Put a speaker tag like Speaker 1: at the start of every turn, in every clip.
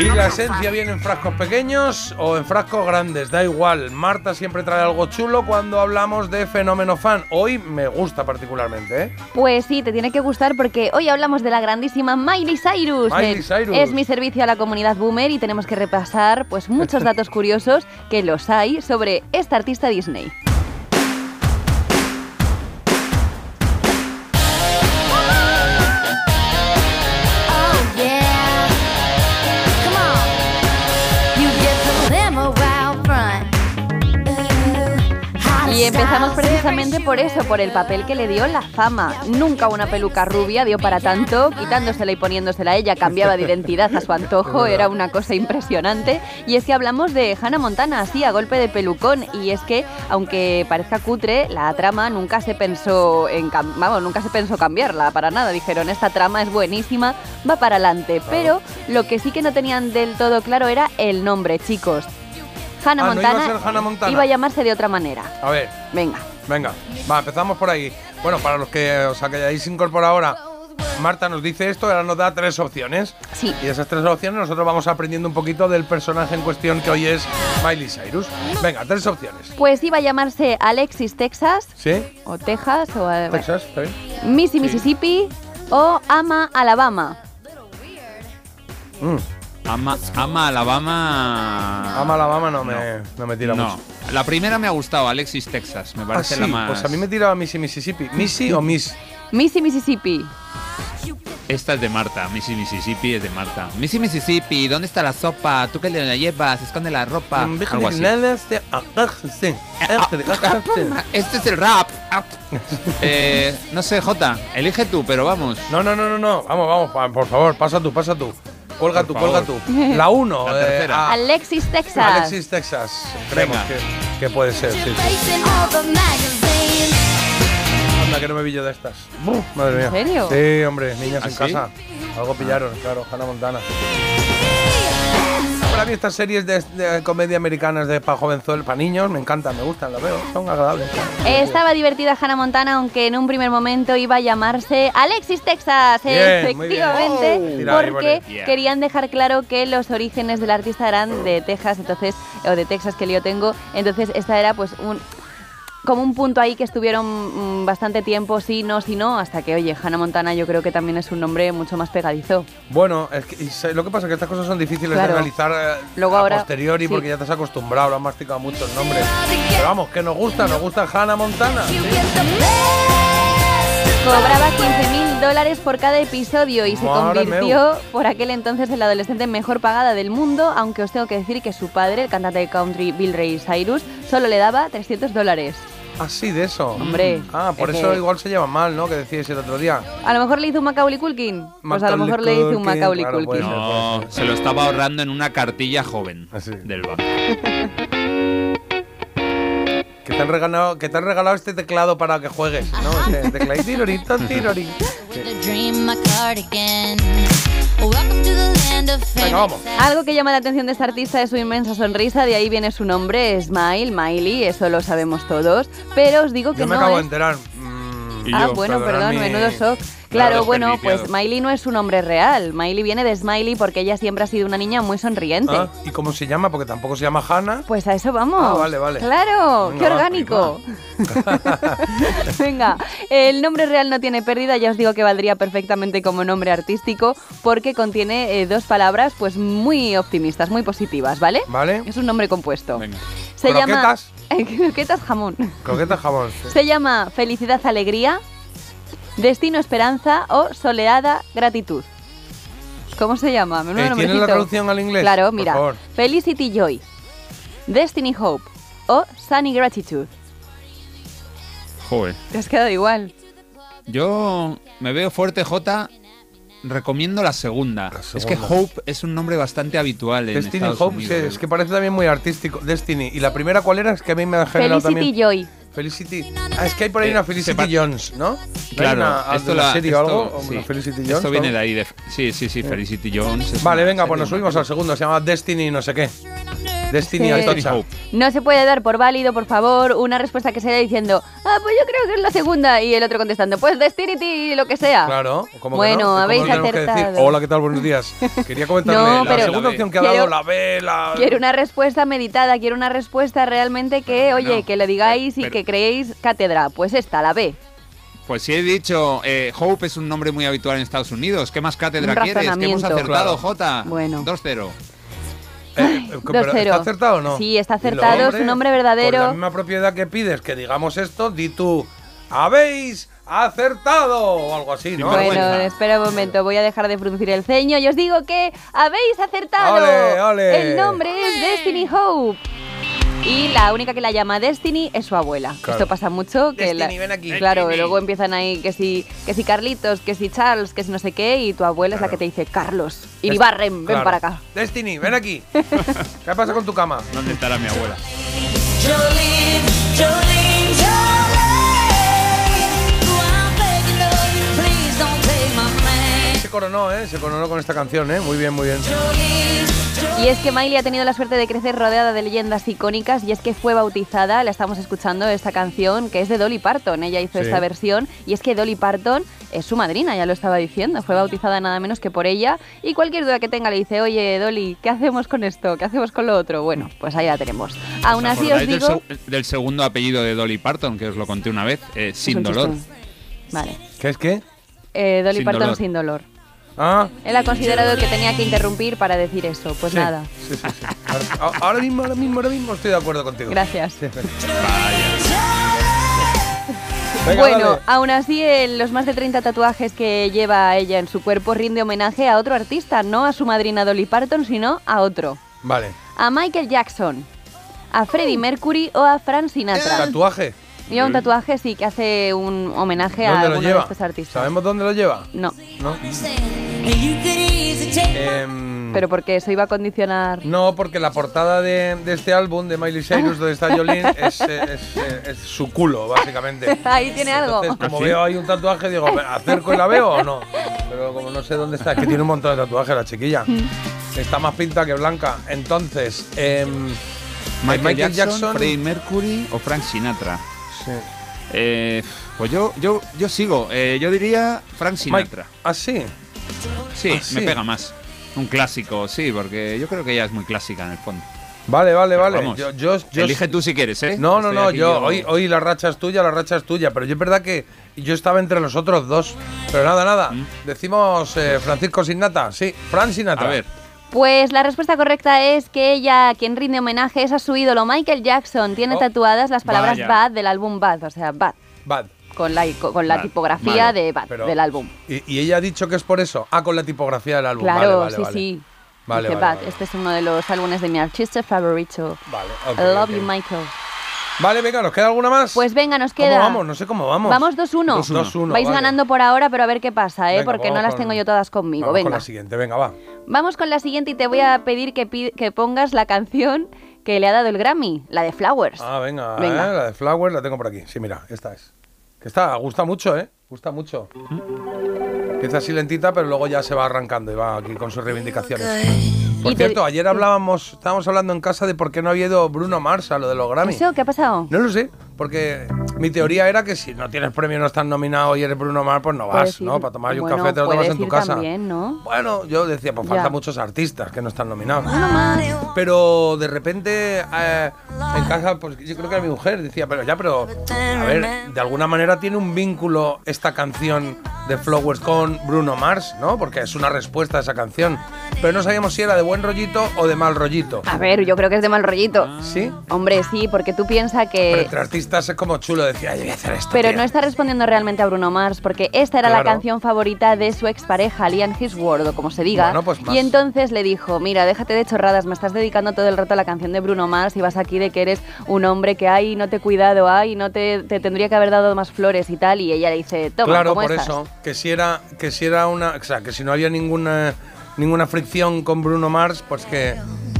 Speaker 1: ¿Y la esencia viene en frascos pequeños o en frascos grandes? Da igual. Marta siempre trae algo chulo cuando hablamos de fenómeno fan. Hoy me gusta particularmente, ¿eh?
Speaker 2: Pues sí, te tiene que gustar porque hoy hablamos de la grandísima Miley Cyrus.
Speaker 1: Miley
Speaker 2: Eh,
Speaker 1: Cyrus.
Speaker 2: Es mi servicio a la comunidad boomer y tenemos que repasar pues muchos datos curiosos que los hay sobre esta artista Disney.
Speaker 3: Oh yeah, come on. You get the limo out front.
Speaker 2: Y empezamos precisamente por eso, por el papel que le dio la fama. Nunca una peluca rubia dio para tanto, quitándosela y poniéndosela ella, cambiaba de identidad a su antojo, era una cosa impresionante. Y es que hablamos de Hannah Montana, así, a golpe de pelucón. Y es que, aunque parezca cutre, la trama nunca se pensó en cam- vamos, nunca se pensó cambiarla para nada. Dijeron, esta trama es buenísima, va para adelante. Pero lo que sí que no tenían del todo claro era el nombre, chicos. Hannah,
Speaker 1: Ah, no iba a
Speaker 2: Montana,
Speaker 1: ser Hannah Montana.
Speaker 2: iba a llamarse de otra manera.
Speaker 1: A ver,
Speaker 2: Venga.
Speaker 1: venga. Va, empezamos por ahí. Bueno, para los que os hayáis incorporado ahora, Marta nos dice esto, ahora nos da tres opciones.
Speaker 2: Sí.
Speaker 1: Y esas tres opciones nosotros vamos aprendiendo un poquito del personaje en cuestión que hoy es Miley Cyrus. Venga, tres opciones.
Speaker 2: Pues iba a llamarse Alexis Texas
Speaker 1: ¿Sí?
Speaker 2: o Texas o eh, bueno,
Speaker 1: Texas, ¿está bien?
Speaker 2: Missy Mississippi o Ama Alabama.
Speaker 1: Mm.
Speaker 4: Ama, ama Alabama.
Speaker 1: Ama la mama no me, no me tira
Speaker 4: no.
Speaker 1: mucho.
Speaker 4: La primera me ha gustado, Alexis Texas. Me
Speaker 1: Ah,
Speaker 4: parece
Speaker 1: sí,
Speaker 4: la más.
Speaker 1: pues a mí me tiraba Missy Mississippi. ¿Missy o Miss?
Speaker 2: Missy Mississippi.
Speaker 4: Esta es de Marta. Missy Mississippi es de Marta. Missy Mississippi, ¿dónde está la sopa? ¿Tú qué le la llevas? Esconde la ropa.
Speaker 1: Mm, deja
Speaker 4: Ah, Algo
Speaker 1: de
Speaker 4: así. Eh,
Speaker 1: nada, este- ah, ah, sí. Este de- ah, sí.
Speaker 4: Este es el rap. Ah. Eh, no sé, Jota, elige tú, pero vamos.
Speaker 1: No, no, no, no, no. Vamos, vamos, pa- por favor, pasa tú, pasa tú. Colga tú,
Speaker 4: Por
Speaker 1: colga tú.
Speaker 4: favor.
Speaker 1: La 1.
Speaker 4: La tercera.
Speaker 2: Alexis Texas.
Speaker 1: Ah. Alexis, Texas. Creemos
Speaker 4: Venga.
Speaker 1: que, que puede ser, sí, sí. Anda, que no me vi yo de estas. Buf, madre mía.
Speaker 2: ¿En serio?
Speaker 1: Sí, hombre, niñas
Speaker 4: ¿Ah,
Speaker 1: en
Speaker 4: sí? Ah.
Speaker 1: casa. Algo pillaron, claro, Hannah Montana. Para mí estas series de, de comedia americanas de para jovenzuel, para niños, me encantan, me gustan, las veo, son agradables.
Speaker 2: Eh, Estaba divertida Hannah Montana, aunque en un primer momento iba a llamarse Alexis Texas,
Speaker 1: Bien, muy bien. Oh.
Speaker 2: efectivamente,
Speaker 1: Mira, ahí
Speaker 2: porque
Speaker 4: pone. Yeah.
Speaker 2: querían dejar claro que los orígenes del artista eran de Texas, entonces o de Texas que yo tengo, entonces esta era pues un como un punto ahí que estuvieron mm, bastante tiempo sí, no, sí, no, hasta que oye, Hannah Montana yo creo que también es un nombre mucho más pegadizo.
Speaker 1: Bueno, es que, y se- lo que pasa es que estas cosas son difíciles
Speaker 2: Claro.
Speaker 1: de analizar eh,
Speaker 2: Luego
Speaker 1: a
Speaker 2: ahora-
Speaker 1: posteriori
Speaker 2: sí.
Speaker 1: porque ya te has acostumbrado, lo has masticado mucho el nombre. Pero vamos, que nos gusta, nos gusta Hannah Montana.
Speaker 2: Cobraba 15.000 dólares por cada episodio y se
Speaker 1: Madre
Speaker 2: convirtió por aquel entonces en la adolescente mejor pagada del mundo, aunque os tengo que decir que su padre, el cantante de country Bill Ray Cyrus, solo le daba 300 dólares.
Speaker 1: Así Ah, de eso.
Speaker 2: Hombre,
Speaker 1: Ah, por
Speaker 2: es
Speaker 1: eso
Speaker 2: que-
Speaker 1: igual se llevan mal, ¿no? Que decíais el otro día.
Speaker 2: A lo mejor le hizo un Macaulay Culkin. Pues a lo mejor le hizo un
Speaker 1: Macaulay Culkin,
Speaker 2: Macaulay Culkin.
Speaker 1: claro,
Speaker 4: No, se lo estaba ahorrando en una cartilla joven
Speaker 1: Ah, sí.
Speaker 4: del banco.
Speaker 1: Que te han regalado, que te han regalado este teclado para que juegues, ¿no? Este teclado. Tirorito, tirorín. Venga, vamos.
Speaker 2: Algo que llama la atención de esta artista es su inmensa sonrisa, de ahí viene su nombre, Smile, Miley, eso lo sabemos todos, pero os digo que
Speaker 1: Yo me
Speaker 2: no
Speaker 1: acabo de
Speaker 2: es
Speaker 1: enterar. Mm,
Speaker 4: Y
Speaker 2: ah,
Speaker 4: yo,
Speaker 2: bueno,
Speaker 1: perdonad
Speaker 2: perdón,
Speaker 1: mi-
Speaker 2: menudo shock.
Speaker 4: Claro,
Speaker 2: Claro, bueno,
Speaker 4: desperdiciado.
Speaker 2: pues Miley no es su nombre real. Miley viene de Smiley porque ella siempre ha sido una niña muy sonriente.
Speaker 1: Ah, ¿Y cómo se llama? Porque tampoco se llama Hannah.
Speaker 2: Pues a eso vamos.
Speaker 1: Ah, vale, vale.
Speaker 2: Claro,
Speaker 1: Venga,
Speaker 2: qué
Speaker 1: va,
Speaker 2: orgánico. Venga, el nombre real no tiene pérdida, ya os digo que valdría perfectamente como nombre artístico porque contiene eh, dos palabras pues muy optimistas, muy positivas, ¿vale?
Speaker 1: Vale.
Speaker 2: Es un nombre compuesto.
Speaker 4: Venga.
Speaker 2: Se
Speaker 1: Croquetas.
Speaker 2: llama Croquetas jamón.
Speaker 1: Croqueta jamón.
Speaker 2: Se llama Felicidad Alegría, Destino Esperanza o Soleada Gratitud. ¿Cómo se llama? Menudo
Speaker 1: Eh, ¿Tienes
Speaker 2: nombrecito.
Speaker 1: la traducción al inglés?
Speaker 2: Claro,
Speaker 1: Por
Speaker 2: mira.
Speaker 1: favor.
Speaker 2: Felicity Joy, Destiny Hope o Sunny Gratitude.
Speaker 4: Joder.
Speaker 2: Te has quedado igual.
Speaker 4: Yo me veo fuerte, Jota. Recomiendo la segunda.
Speaker 1: La
Speaker 4: Es que
Speaker 1: segunda.
Speaker 4: Hope es un nombre bastante habitual en
Speaker 1: Destiny
Speaker 4: Estados
Speaker 1: Hope,
Speaker 4: Unidos.
Speaker 1: sí, es que parece también muy artístico. Destiny. ¿Y la primera cuál era? Es que a mí me ha generado
Speaker 2: Felicity
Speaker 1: también.
Speaker 2: Joy.
Speaker 1: Felicity. Ah, es que hay por ahí
Speaker 4: Eh,
Speaker 1: una
Speaker 4: se pa-
Speaker 1: Felicity Jones, ¿no?
Speaker 4: Claro,
Speaker 1: ¿Hay una,
Speaker 4: esto,
Speaker 1: de una
Speaker 4: la-
Speaker 1: serie o
Speaker 4: esto-
Speaker 1: algo? ¿O
Speaker 4: sí.
Speaker 1: una Felicity
Speaker 4: Esto
Speaker 1: Jones.
Speaker 4: viene
Speaker 1: ¿no?
Speaker 4: de ahí. de- sí, sí, sí, Felicity Jones. es
Speaker 1: Vale,
Speaker 4: una
Speaker 1: venga, pues
Speaker 4: serie,
Speaker 1: nos
Speaker 4: una
Speaker 1: subimos al segundo. Se llama Destiny no sé qué. Destiny
Speaker 2: Sí.
Speaker 1: Atocha.
Speaker 4: Hope.
Speaker 2: No se puede dar por válido, por favor, una respuesta que sea diciendo, ah, pues yo creo que es la segunda, y el otro contestando, pues Destiny, lo que sea.
Speaker 1: Claro, como
Speaker 2: Bueno,
Speaker 1: que no? ¿Cómo
Speaker 2: habéis
Speaker 1: tenemos que decir?
Speaker 2: acertado.
Speaker 1: Hola, ¿qué tal? Buenos días. Quería comentarle
Speaker 2: No,
Speaker 1: la
Speaker 2: pero-
Speaker 1: segunda opción que ha
Speaker 2: Quiero-
Speaker 1: dado la vela.
Speaker 2: Quiero una respuesta meditada, quiero una respuesta realmente que,
Speaker 4: Pero
Speaker 2: oye,
Speaker 4: no,
Speaker 2: que lo digáis y
Speaker 4: pero-
Speaker 2: que creéis cátedra. Pues esta, la B.
Speaker 4: Pues sí he dicho, eh, Hope es un nombre muy habitual en Estados Unidos. ¿Qué más cátedra
Speaker 2: Un
Speaker 4: quieres? Que hemos
Speaker 2: razonamiento.
Speaker 4: acertado,
Speaker 1: Claro.
Speaker 4: Jota.
Speaker 2: Bueno.
Speaker 4: 2-0.
Speaker 1: Eh, eh, pero
Speaker 2: 2-0.
Speaker 1: ¿Está acertado o no?
Speaker 2: Sí, está
Speaker 1: Dilo,
Speaker 2: acertado, es un nombre verdadero.
Speaker 1: Con la misma propiedad que pides que digamos esto, di tú, ¡habéis acertado! O algo así, ¿no?
Speaker 2: bueno,
Speaker 4: vergüenza.
Speaker 2: espera un momento, voy a dejar de fruncir el ceño y os digo que habéis acertado.
Speaker 1: ¡Ole, ole!
Speaker 2: El nombre es Destiny Hope. Y la única que la llama Destiny es su abuela.
Speaker 1: Claro.
Speaker 2: Esto pasa mucho. Que
Speaker 1: Destiny,
Speaker 2: la-
Speaker 1: ven aquí.
Speaker 2: Claro,
Speaker 1: Destiny.
Speaker 2: luego empiezan ahí que si, que si Carlitos, que si Charles, que si no sé qué, y tu abuela es la que te dice Carlos. Y Barren, ven
Speaker 1: Claro.
Speaker 2: para acá.
Speaker 1: Destiny, ven aquí. ¿Qué pasa con tu cama?
Speaker 4: ¿Dónde estará mi abuela?
Speaker 3: Jolene, Jolene, Jolene. I'm begging of you, please don't take my man.
Speaker 1: Se coronó, ¿eh? Se coronó con esta canción, ¿eh? Muy bien, muy bien.
Speaker 3: Jolene, Jolene.
Speaker 2: Y es que Miley ha tenido la suerte de crecer rodeada de leyendas icónicas y es que fue bautizada, la estamos escuchando, esta canción que es de Dolly Parton, ella hizo
Speaker 1: Sí.
Speaker 2: esta versión y es que Dolly Parton es su madrina, ya lo estaba diciendo, fue bautizada nada menos que por ella y cualquier duda que tenga le dice, oye Dolly, ¿qué hacemos con esto? ¿Qué hacemos con lo otro? Bueno, pues ahí la tenemos. Aún
Speaker 4: ¿Os
Speaker 2: así os
Speaker 4: acordáis del
Speaker 2: digo...
Speaker 4: seg- del segundo apellido de Dolly Parton, que os lo conté una vez? Eh, sin
Speaker 2: Es un
Speaker 4: dolor.
Speaker 2: chiste. Vale,
Speaker 1: ¿Qué es qué?
Speaker 2: Eh, Dolly
Speaker 4: Sin
Speaker 2: Parton
Speaker 4: dolor.
Speaker 2: sin dolor.
Speaker 1: Ah,
Speaker 2: Él ha considerado que tenía que interrumpir para decir eso, pues
Speaker 1: sí.
Speaker 2: nada.
Speaker 1: Sí, sí, sí. Ahora, ahora mismo, ahora mismo, ahora mismo estoy de acuerdo contigo.
Speaker 2: Gracias.
Speaker 1: Venga,
Speaker 2: bueno,
Speaker 1: dale.
Speaker 2: aún así, en los más de 30 tatuajes que lleva ella en su cuerpo rinde homenaje a otro artista, no a su madrina Dolly Parton, sino a otro.
Speaker 1: Vale.
Speaker 2: A Michael Jackson, a Freddie Mercury o a Frank Sinatra.
Speaker 1: ¿Tatuaje?
Speaker 2: Lleva un tatuaje, sí, que hace un homenaje a
Speaker 1: ¿Dónde lo
Speaker 2: alguno de
Speaker 1: lleva?
Speaker 2: estos artistas.
Speaker 1: ¿Sabemos dónde lo lleva?
Speaker 2: No,
Speaker 1: No.
Speaker 3: And you could easily take my
Speaker 1: Em,
Speaker 2: pero porque eso iba a condicionar...
Speaker 1: No, porque la portada de, de este álbum de Miley Cyrus, donde está Jolene, es, eh, es, eh, es su culo, básicamente.
Speaker 2: Ahí tiene algo.
Speaker 1: Entonces, como
Speaker 4: ¿Ah, sí?
Speaker 1: veo ahí un tatuaje, digo, ¿acerco y la veo o no? Pero como no sé dónde está, es que tiene un montón de tatuajes la chiquilla.
Speaker 2: Mm.
Speaker 1: Está más pinta que blanca. Entonces, em,
Speaker 4: Michael,
Speaker 1: Michael
Speaker 4: Jackson,
Speaker 1: Jackson.
Speaker 4: Freddie Mercury o Frank Sinatra.
Speaker 1: sí.
Speaker 4: Eh, pues yo, yo, yo sigo. Eh, yo diría Frank Sinatra.
Speaker 1: Mike- ¿Ah, sí?
Speaker 4: Sí,
Speaker 1: Ah, sí.
Speaker 4: me pega más. Un clásico, sí, porque yo creo que ella es muy clásica en el fondo.
Speaker 1: Vale, vale,
Speaker 4: Pero
Speaker 1: Eh, vale.
Speaker 4: vamos,
Speaker 1: yo, yo, yo-
Speaker 4: Elige tú si quieres, ¿eh?
Speaker 1: No, no,
Speaker 4: Estoy
Speaker 1: no,
Speaker 4: aquí
Speaker 1: yo, hoy, hoy la racha es tuya, la racha es tuya, pero yo es verdad que yo estaba entre los otros dos. Pero nada, nada,
Speaker 4: Mm.
Speaker 1: decimos eh, Francisco Sinnata, sí, Fran Sinnata.
Speaker 4: A ver,
Speaker 2: Pues la respuesta correcta es que ella, quien rinde homenaje, es a su ídolo Michael Jackson. Tiene
Speaker 1: Oh,
Speaker 2: tatuadas las palabras
Speaker 4: vaya.
Speaker 2: Bad del álbum Bad, o sea, Bad.
Speaker 1: Bad.
Speaker 2: con la, con la
Speaker 4: Vale,
Speaker 2: tipografía
Speaker 4: malo,
Speaker 2: de Bad,
Speaker 1: pero-
Speaker 2: del álbum.
Speaker 1: Y, y ella ha dicho que es por eso. Ah, con la tipografía del álbum.
Speaker 2: Claro,
Speaker 1: vale, vale,
Speaker 2: sí,
Speaker 1: vale.
Speaker 2: sí.
Speaker 1: Vale,
Speaker 2: Dice
Speaker 1: vale,
Speaker 2: Bad,
Speaker 1: vale.
Speaker 2: este es uno de los álbumes de mi artista favorito.
Speaker 1: Vale, ok,
Speaker 2: I love
Speaker 1: ok.
Speaker 2: you, Michael.
Speaker 1: Vale, venga, ¿nos queda alguna más?
Speaker 2: Pues venga, nos
Speaker 1: ¿Cómo
Speaker 2: queda.
Speaker 1: vamos? No sé cómo vamos.
Speaker 2: Vamos 2-1.
Speaker 1: 2-1. 2-1,
Speaker 2: Vais
Speaker 1: vale.
Speaker 2: ganando por ahora, pero a ver qué pasa, ¿eh?
Speaker 1: Venga,
Speaker 2: Porque no
Speaker 1: vamos
Speaker 2: las
Speaker 1: con-
Speaker 2: tengo yo todas conmigo.
Speaker 1: Vamos
Speaker 2: venga.
Speaker 1: con la siguiente, venga, va.
Speaker 2: Vamos con la siguiente y te voy a pedir que, pi- que pongas la canción que le ha dado el Grammy, la de Flowers.
Speaker 1: Ah, venga,
Speaker 2: Venga.
Speaker 1: eh, la de Flower la tengo por aquí. Sí, mira, esta es. Que está, gusta mucho, ¿eh? Gusta mucho. Empieza así lentita, pero luego ya se va arrancando y va aquí con sus reivindicaciones. Por
Speaker 2: eh. Y te-
Speaker 1: cierto, ayer hablábamos, estábamos hablando en casa de por qué no había ido Bruno Mars a lo de los Grammy.
Speaker 2: ¿Eso qué ha pasado?
Speaker 1: No lo sé, porque mi teoría era que si no tienes premio, no estás nominado y eres Bruno Mars, pues no vas,
Speaker 2: Puedes ir.
Speaker 1: ¿no? Para tomar ahí un
Speaker 2: Bueno,
Speaker 1: café te lo tomas
Speaker 2: puedes
Speaker 1: en tu
Speaker 2: ir
Speaker 1: casa.
Speaker 2: también, ¿no?
Speaker 1: Bueno, yo decía, pues
Speaker 2: Ya.
Speaker 1: faltan muchos artistas que no están nominados. Pero de repente eh, en casa, pues yo creo que era mi mujer, decía, pero ya, pero a ver, de alguna manera tiene un vínculo esta canción de Flowers con Bruno Mars, ¿no? Porque es una respuesta a esa canción. Pero no sabíamos si era de buen rollito o de mal rollito.
Speaker 2: A ver, yo creo que es de mal rollito.
Speaker 1: ¿Sí?
Speaker 2: Hombre, sí, porque tú piensas que.
Speaker 1: Pero entre artistas es como chulo decir, ay, yo voy a hacer esto.
Speaker 2: eh. Pero
Speaker 1: tío".
Speaker 2: no está respondiendo realmente a Bruno Mars, porque esta era
Speaker 1: Claro.
Speaker 2: la canción favorita de su expareja, Liam Hemsworth, o como se diga.
Speaker 1: Bueno, pues más.
Speaker 2: Y entonces le dijo, mira, déjate de chorradas, me estás dedicando todo el rato a la canción de Bruno Mars y vas aquí de que eres un hombre que, ay, no te he cuidado, ay, no te, te tendría que haber dado más flores y tal. Y ella le dice, toma,
Speaker 1: Claro,
Speaker 2: ¿cómo
Speaker 1: por
Speaker 2: estás?".
Speaker 1: eso. Que si era, que si era una. O sea, que si no había ninguna ninguna fricción con Bruno Mars, pues que.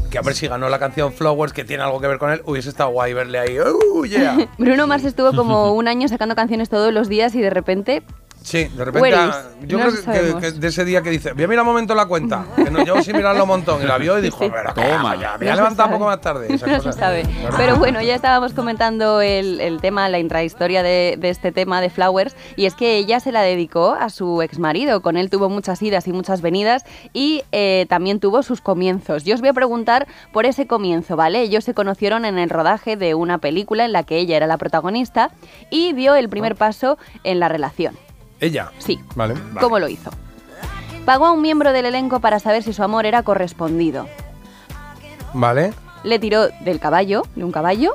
Speaker 1: Que a ver si ganó la canción Flowers, que tiene algo que ver con él, hubiese estado guay verle ahí. ¡Oh, yeah!
Speaker 2: Bruno Mars estuvo como un año sacando canciones todos los días y de repente
Speaker 1: Sí, de repente. ah,
Speaker 2: Where is?
Speaker 1: Yo
Speaker 2: No lo
Speaker 1: creo que-
Speaker 2: sabemos.
Speaker 1: que, que de ese día que dice, voy a mirar un momento la cuenta. Que no, yo sin mirarlo un montón. Y la vio y dijo, pero ¿qué
Speaker 4: Toma.
Speaker 1: hago ya, me voy
Speaker 2: No
Speaker 1: a
Speaker 2: se
Speaker 1: levantar un
Speaker 2: sabe.
Speaker 1: poco más tarde. Esas
Speaker 2: No se
Speaker 1: cosas.
Speaker 2: sabe.
Speaker 1: Claro.
Speaker 2: Pero bueno, ya estábamos comentando el, el tema, la intrahistoria de, de este tema de Flowers, y es que ella se la dedicó a su exmarido. Con él tuvo muchas idas y muchas venidas, y eh, también tuvo sus comienzos. Yo os voy a preguntar por ese comienzo, ¿vale? Ellos se conocieron en el rodaje de una película en la que ella era la protagonista y dio el primer paso en la relación.
Speaker 1: Ella.
Speaker 2: Sí.
Speaker 1: Vale.
Speaker 2: ¿Cómo lo hizo? Pagó a un miembro del elenco para saber si su amor era correspondido
Speaker 1: Vale.
Speaker 2: le tiró del caballo, de un caballo,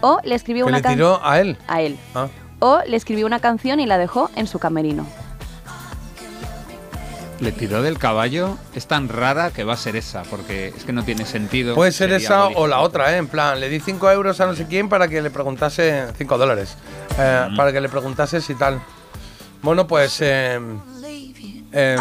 Speaker 2: o le escribió
Speaker 1: Que
Speaker 2: una
Speaker 1: le
Speaker 2: canción
Speaker 1: tiró a él.
Speaker 2: a él,
Speaker 1: Ah.
Speaker 2: o le escribió una canción y la dejó en su camerino.
Speaker 4: Le tiró del caballo. Es tan rara que va a ser esa, porque es que no tiene sentido.
Speaker 1: Puede ser
Speaker 4: Sería
Speaker 1: esa
Speaker 4: algo
Speaker 1: o la
Speaker 4: distinto.
Speaker 1: otra, ¿eh? En plan, le di 5 euros a no sé quién para que le preguntase. 5 dólares. eh, Para que le preguntase si tal. Bueno, pues. Eh, eh,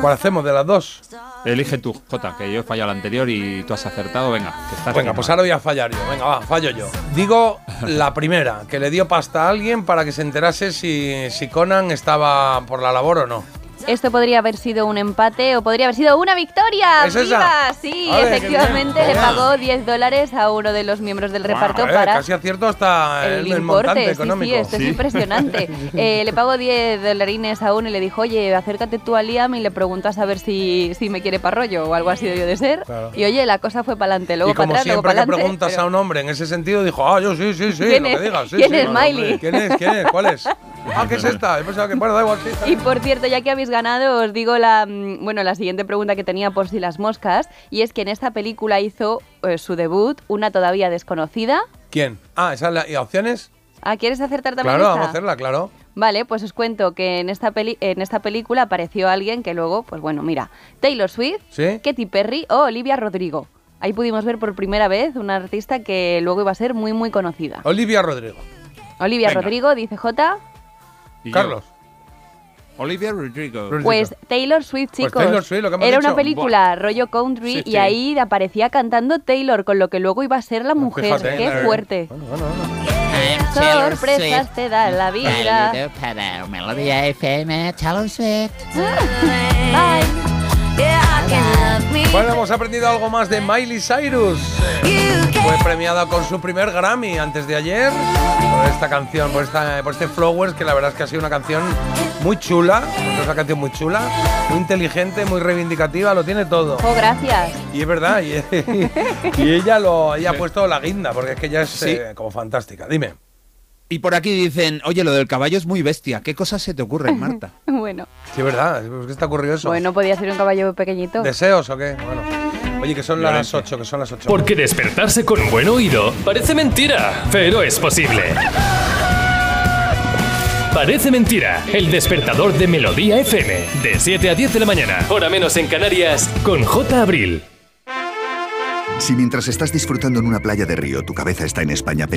Speaker 1: ¿Cuál hacemos de las dos?
Speaker 4: Elige tú, Jota, que yo he fallado la anterior y tú has acertado. Venga, que estás
Speaker 1: Venga,
Speaker 4: firmado.
Speaker 1: pues ahora voy a fallar yo. Venga, va, fallo yo. Digo la primera, que le dio pasta a alguien para que se enterase si, si Conan estaba por la labor o no.
Speaker 2: Esto podría haber sido un empate o podría haber sido una victoria.
Speaker 1: ¿Es esa?
Speaker 2: ¡Viva! Sí,
Speaker 1: Ole, qué
Speaker 2: efectivamente
Speaker 1: bien.
Speaker 2: le
Speaker 1: Toma.
Speaker 2: pagó 10 dólares a uno de los miembros del reparto
Speaker 1: Eh,
Speaker 2: para
Speaker 1: casi acierto hasta el,
Speaker 2: el,
Speaker 1: el montante
Speaker 2: importe. Sí, sí,
Speaker 1: económico.
Speaker 2: esto es impresionante. Eh, le pagó 10 dolarines a uno y le dijo, oye, acércate tú a Liam y le preguntas a ver si, si me quiere para rollo o algo así debió de ser.
Speaker 1: Claro.
Speaker 2: Y oye, la cosa fue para adelante, luego
Speaker 1: y como
Speaker 2: para atrás, luego
Speaker 1: siempre
Speaker 2: para
Speaker 1: que
Speaker 2: adelante.
Speaker 1: preguntas a un hombre en ese sentido, dijo, ah, yo sí, sí, sí,
Speaker 2: ¿Quién
Speaker 1: lo
Speaker 2: es?
Speaker 1: que digas. sí,
Speaker 2: ¿Quién
Speaker 1: sí,
Speaker 2: es
Speaker 1: vale,
Speaker 2: Miley?
Speaker 1: hombre, ¿Quién es? ¿Quién es? ¿Cuál es? Ah, ¿qué es esta? He pensado que, bueno, da igual, sí. está
Speaker 2: Y
Speaker 1: bien.
Speaker 2: por cierto, ya que habéis ganado, os digo la, mm, bueno, la siguiente pregunta que tenía por si las moscas, y es que en esta película hizo eh, su debut una todavía desconocida.
Speaker 1: ¿Quién? Ah, ¿esa es la, ¿y opciones?
Speaker 2: Ah, ¿quieres acertar también
Speaker 1: Claro,
Speaker 2: esa?
Speaker 1: vamos a hacerla, claro.
Speaker 2: Vale, pues os cuento que en esta, peli en esta película apareció alguien que luego, pues bueno, mira, Taylor Swift,
Speaker 1: ¿Sí?
Speaker 2: Katy Perry o Olivia Rodrigo. Ahí pudimos ver por primera vez una artista que luego iba a ser muy, muy conocida.
Speaker 1: Olivia Rodrigo.
Speaker 2: Olivia
Speaker 4: Venga.
Speaker 2: Rodrigo, dice J.
Speaker 4: Y yo,
Speaker 1: Carlos.
Speaker 4: Olivia Rodrigo.
Speaker 1: Rodrigo.
Speaker 2: Pues Taylor Swift,
Speaker 1: Pues
Speaker 2: chicos.
Speaker 1: Taylor Swift, lo que hemos
Speaker 2: Era una
Speaker 1: dicho.
Speaker 2: película rollo country
Speaker 4: Sí,
Speaker 2: y
Speaker 4: sí.
Speaker 2: ahí aparecía cantando Taylor, con lo que luego iba a ser la mujer.
Speaker 1: Pues Fíjate.
Speaker 2: Qué fuerte.
Speaker 1: Bueno, bueno, bueno.
Speaker 2: Sorpresas te da la vida.
Speaker 5: para Melodía FM, Taylor Swift.
Speaker 2: Bye.
Speaker 1: Bueno, hemos aprendido algo más de Miley Cyrus. Fue premiada con su primer Grammy antes de ayer por esta canción, por, esta, por este Flowers, que la verdad es que ha sido una canción muy chula, es una canción muy chula, muy inteligente, muy reivindicativa, lo tiene todo.
Speaker 2: Oh, gracias.
Speaker 1: Y es verdad, y, y ella lo ella ha puesto la guinda, porque es que ella es
Speaker 4: Sí.
Speaker 1: eh, como fantástica. Dime.
Speaker 4: Y por aquí dicen, oye, lo del caballo es muy bestia. ¿Qué cosas se te ocurren, Marta?
Speaker 2: Bueno,
Speaker 1: Sí, es verdad, es que está curioso.
Speaker 2: bueno, podía ser un caballo pequeñito.
Speaker 1: ¿Deseos o qué? Bueno. Oye, que son las
Speaker 4: Violencia.
Speaker 1: 8, que son las 8.
Speaker 6: Porque despertarse con un buen oído parece mentira, pero es posible. Parece mentira, el despertador de Melodía FM, de 7 a 10 de la mañana, hora menos en Canarias, con J. Abril.
Speaker 7: Si mientras estás disfrutando en una playa de río tu cabeza está en España